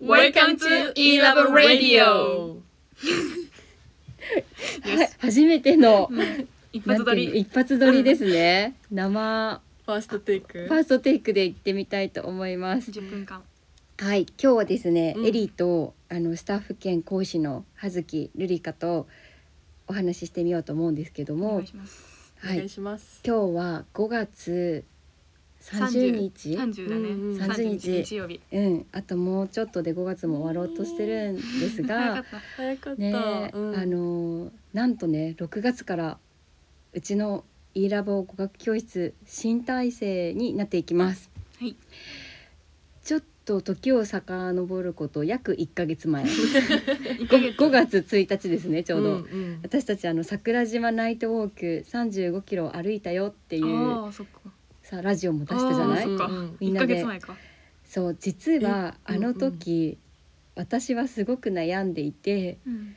Welcome to E-Love Radio はい初めての一な発んて撮いうのり一発撮りですね、生ファーストテイクファーストテイクで行ってみたいと思います10分間はい今日はですね、うんエリーとあのスタッフ兼講師の葉月瑠璃香とお話ししてみようと思うんですけどおも願いしますはお願いいします。今日は5月30日30だねうんうん30 30日曜日うんあともうちょっとで5月も終わろうとしてるんです早か がった早かった。ねえ、うんあのーなんとね6月からうちの e ラボ語学教室新体制になっていきますはいちょっと時を遡ること約1ヶ月前1ヶ 5, 月月1日ですねちょうど、んん私たちあの桜島ナイトウォーク35キロ歩いたよっていうああそっかさラジオも出したじゃあなーいそっかうんうんみん1なヶで月前かそう実はえあの時、私はすごく悩んでいてうん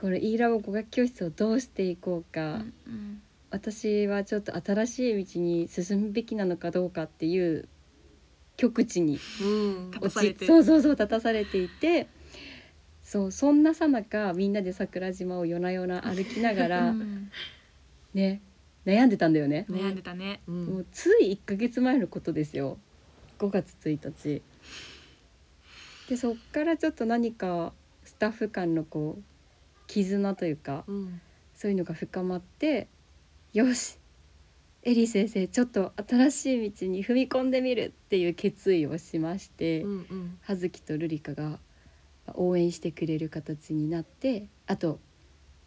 これ e ラボ語学教室をどうしていこううか、んうん私はちょっと新しい道に進むべきなのかどうかっていう極地にうん立落たされてちそうそうそう立たされていてそうそんなさなかみんなで桜島を夜な夜な歩きながうらんね悩んでたんだよね、悩んでたねうもんうつい1ヶ月前のことですよ5月1日でそっからちょっと何かスタッフ間のこう絆というかうんそういうのが深まってよしエリー先生ちょっと新しい道に踏み込んでみるっていう決意をしまして、うんうん葉月と瑠璃香が応援してくれる形になってあと,、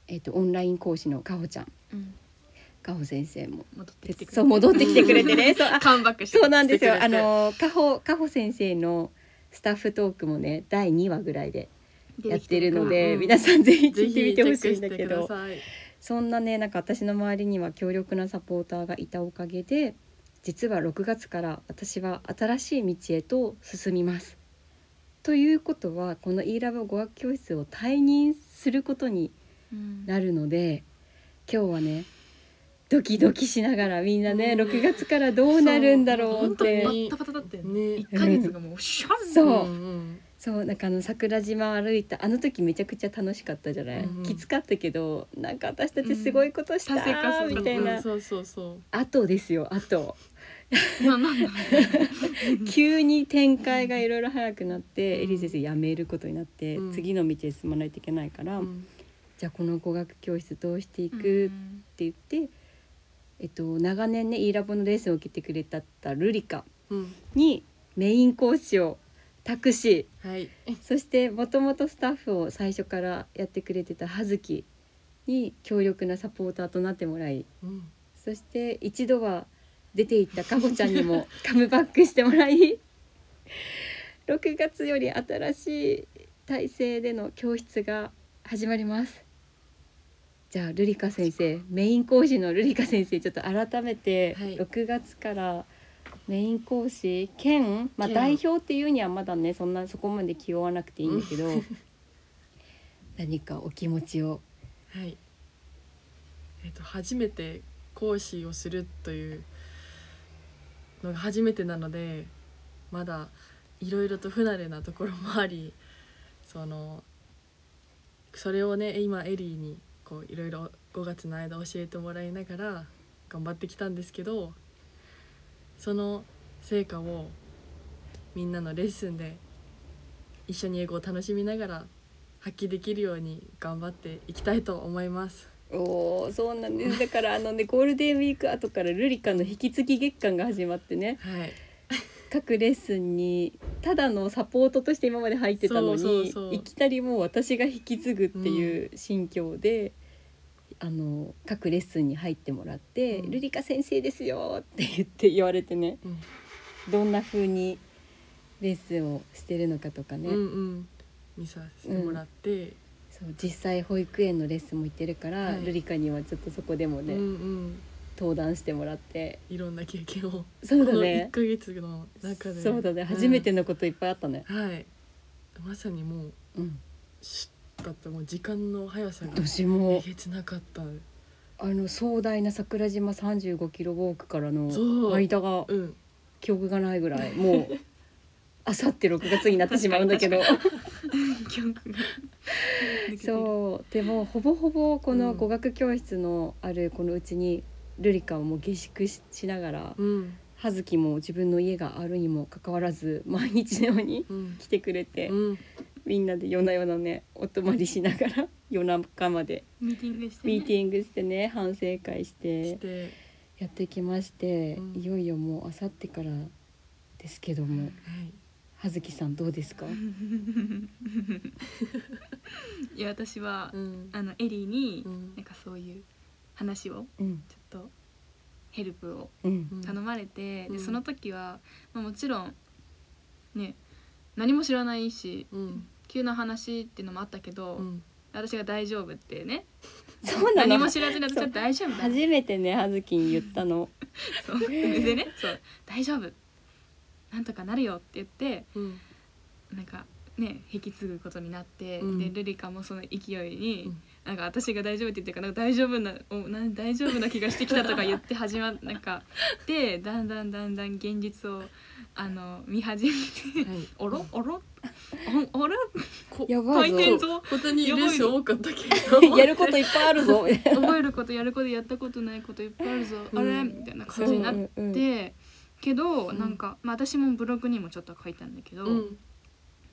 えっとオンライン講師のかほちゃんうんかほ先生も戻ってきてくれてそう戻ってきてくれてねそうあカムバックしてそうなんですよ来。てあくれてのカホカホ先生のスタッフトークもね第2話ぐらいでやってるので、うん皆さんぜひ聞ぜいひチてェみてほしいんだけックしてく、どさいそんなねなんか私の周りには強力なサポーターがいたおかげで、実は6月から私は新しい道へと進みます。ということはこの e ラボ語学教室を退任することにうんなるので今日はねドキドキしながらみんなねうん6月からどうなるんだろうっそうて本当にバッタバタだったよねね1ヶ月がもうシュワンそううんそうなんかあの桜島歩いたあの時めちゃくちゃ楽しかったじゃない、うんうんきつかったけどなんか私たちすごいことしたうん達成感すーごかったみたういんうな、んそうそうそうあとですよあとななんだ急に展開がいろいろ早くなって、うんエリー先生辞めることになって、うん次の道へ進まないといけないから、うんじゃあこの語学教室どうしていくうってん言って、えっと、長年ね e ラボのレッスンを受けてくれたったルリカうんにメイン講師を託しはいそしてもともとスタッフを最初からやってくれてた葉月に強力なサポーターとなってもらいうんそして一度は出ていったかほちゃんに もカムバックしてもらい6月より新しい体制での教室が始まります。じゃあルリカ先生メイン講師のルリカ先生ちょっと改めてはい6月からメイン講師兼、まあ、兼代表っていうにはまだねそんなそこまで気負わなくていいん だけど何かお気持ちをはいえっと初めて講師をするというのが初めてなのでまだいろいろと不慣れなところもありそのそれをね今エリーにこういろいろ5月の間教えてもらいながら頑張ってきたんですけどその成果をみんなのレッスンで一緒に英語を楽しみながら発揮できるように頑張っていきたいと思います。おーそうなんですだからあのねゴールデンウィーク後からルリカの引き継ぎ月間が始まってねはい、各レッスンにただのサポートとして今まで入ってたのにそうそうそういきなりもう私が引き継ぐっていう心境で、あの各レッスンに入ってもらって「うんルリカ先生ですよ」って言って言われてねうんどんな風にレッスンをしてるのかとかね、うんうん見させてもらって、そう実際保育園のレッスンも行ってるから、はいルリカにはちょっとそこでもうんね、うん登壇してもらっていろんな経験をそうこだのね1ヶ月の中でそうだね初めてのこといっぱいあったね、うんはいまさにもううん、シュッだってもう時間の速さが私もえげつなかったあの壮大な桜島35キロウォークからのそう間がうん 記憶がないぐらいもうあさって6月になってしまうんだけど 記憶が抜けてるそうでもほぼほぼこのうん語学教室のあるこのうちにルリカをもう下宿ししながらうん葉月も自分の家があるにもかかわらず毎日のようにうん来てくれて、うんみんなで夜な夜なねお泊まりしながら夜中までミーティングしてねミーティングしてね反省会してしてやってきまして、うんいよいよもうあさってからですけどもはい葉月さんどうですか、いや私は、うんあのエリーに、うんなんかそういう話をうんちょっとヘルプをうんうん頼まれて、うんでその時は、まあ、もちろんね何も知らないしうん急な話っていうのもあったけど、うん私が「大丈夫」ってねそうな何のも知らずに私そうは「大丈夫だ」初めてね葉月に言った の。そうでねそう「大丈夫なんとかなるよ」って言ってうんなんかね引き継ぐことになって、うんでルリカもその勢いに、うんなんか私が大丈夫って言ってからなんか大丈夫なおなん大丈夫な気がしてきたとか言って始まっなんかでだんだんだんだん現実をあの見始めて はい おろおろおおろこやばい回転ぞ像本当にレース多かったけどやることいっぱいある ぞ。覚えることやることやったことないこといっぱいあるぞ、うんあれみたいな感じになって、うんうんけど、うんなんか、まあ、私もブログにもちょっと書いたんだけど、うん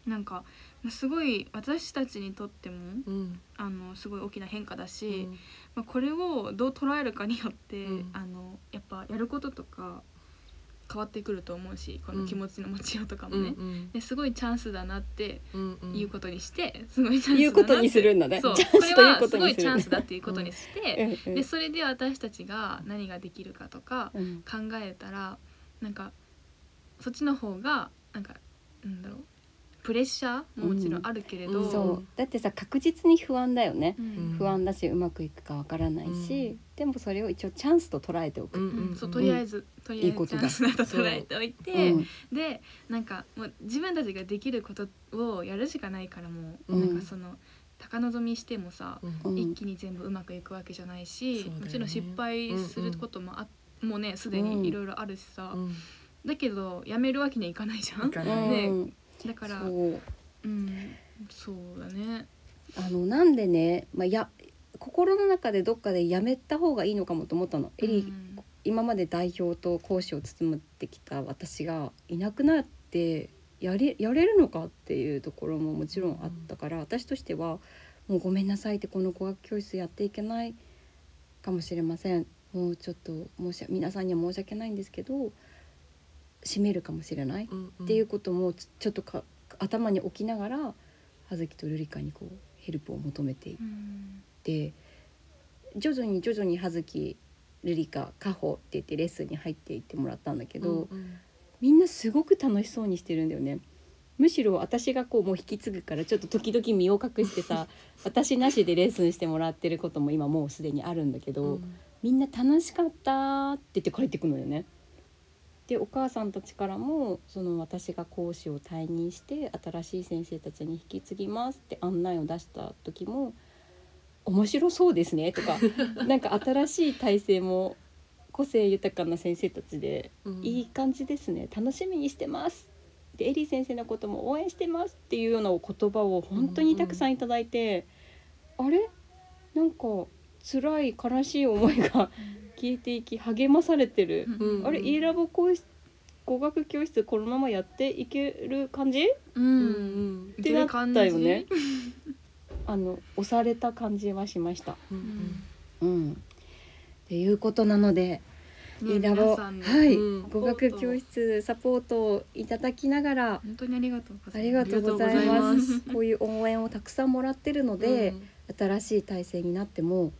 なんかすごい私たちにとってもうんあのすごい大きな変化だし、うんまあ、これをどう捉えるかによって、うんあのやっぱやることとか変わってくると思うしこの気持ちの持ちようとかもうんね、ですごいチャンスだなってうんうんいうことにして、すごいチャンスだなって言うことにするんだね。そうチこャンれスというはこすとごにいすチるャン。スだっていうことにして、うんでそれで私たちが何ができるかとかうんうん考えたらなんかそっちの方がなんかなんだろうプレッシャーももちろんあるけれど、うんそうだってさ確実に不安だよねう。ん不安だしうまくいくかわからないし、でもそれを一応チャンスと捉えておく。うんうんそうとりあえず、とりあえいいこずチとだャンスだと捉えておいて、うんでなんかもう自分たちができることをやるしかないからもう、うんなんかその高望みしてもさ、うんうん一気に全部うまくいくわけじゃないし、そうだよねもちろん失敗することもあ、もうねすでにいろいろあるしさ、うんだけどやめるわけにはいかないじゃだん。からねねうんだからうそうんそうだね。あのなんでね、まあ、や心の中でどっかでやめた方がいいのかもと思ったの。エリー、うん今まで代表と講師を務めてきた私がいなくなってやれやれるのかっていうところももちろんあったから、私としてはもうごめんなさいってこの語学教室やっていけないかもしれませんもうちょっと申し訳皆さんには申し訳ないんですけど閉めるかもしれない、っんんていうこともちちょっとか頭に置きながら葉月とルリカにこうヘルプを求めていっうんで徐々に徐々に葉月ルリカカホって言ってレッスンに入っていってもらったんだけど、うんみんなすごく楽しそうにしてるんだよねむしろ私がこうもう引き継ぐからちょっと時々身を隠してさ私なしでレッスンしてもらってることも今もうすでにあるんだけど、うんみんな楽しかったって言って帰ってくのよね。でお母さんたちからもその私が講師を退任して新しい先生たちに引き継ぎますって案内を出した時も「面白そうですね」とかなんか新しい体制も個性豊かな先生たちでうんいい感じですね楽しみにしてますでエリー先生のことも応援してますっていうようなお言葉を本当にたくさんいただいて、あれなんか辛い悲しい思いが消えていき励まされてる、うんあれ e ラボ講師語学教室このままやっていける感じううんんってなったよねいける感じあの押された感じはしました。うんううんんうんっていうことなので、ね e ラボ皆さんのはい、うん語学教室サポートをいただきながら本当にありがとうござあいます。りがとうございます。こういう応援をたくさんもらってるので、新しい体制になっても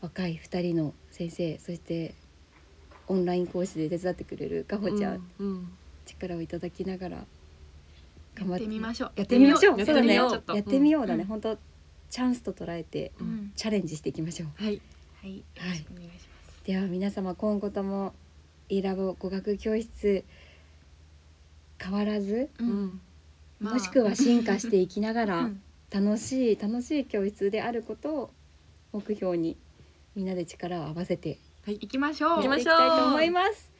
若い2人の先生そしてオンライン講師で手伝ってくれるかほちゃん、うん力をいただきながら頑張やっっててみましょう。やってみましょうやってそうだねみやよっうちょっとてみようだね、うん本当チャンスと捉えてううんん。チャレンジしていきましょうはいはい。よろしくお願いします。では皆様今後とも e ラボ語学教室変わらず、う。うんんまあもしくは進化していきながら、うん楽しい楽しい教室であることを目標にみんなで力を合わせて行きましょう。やっていきたいと思います。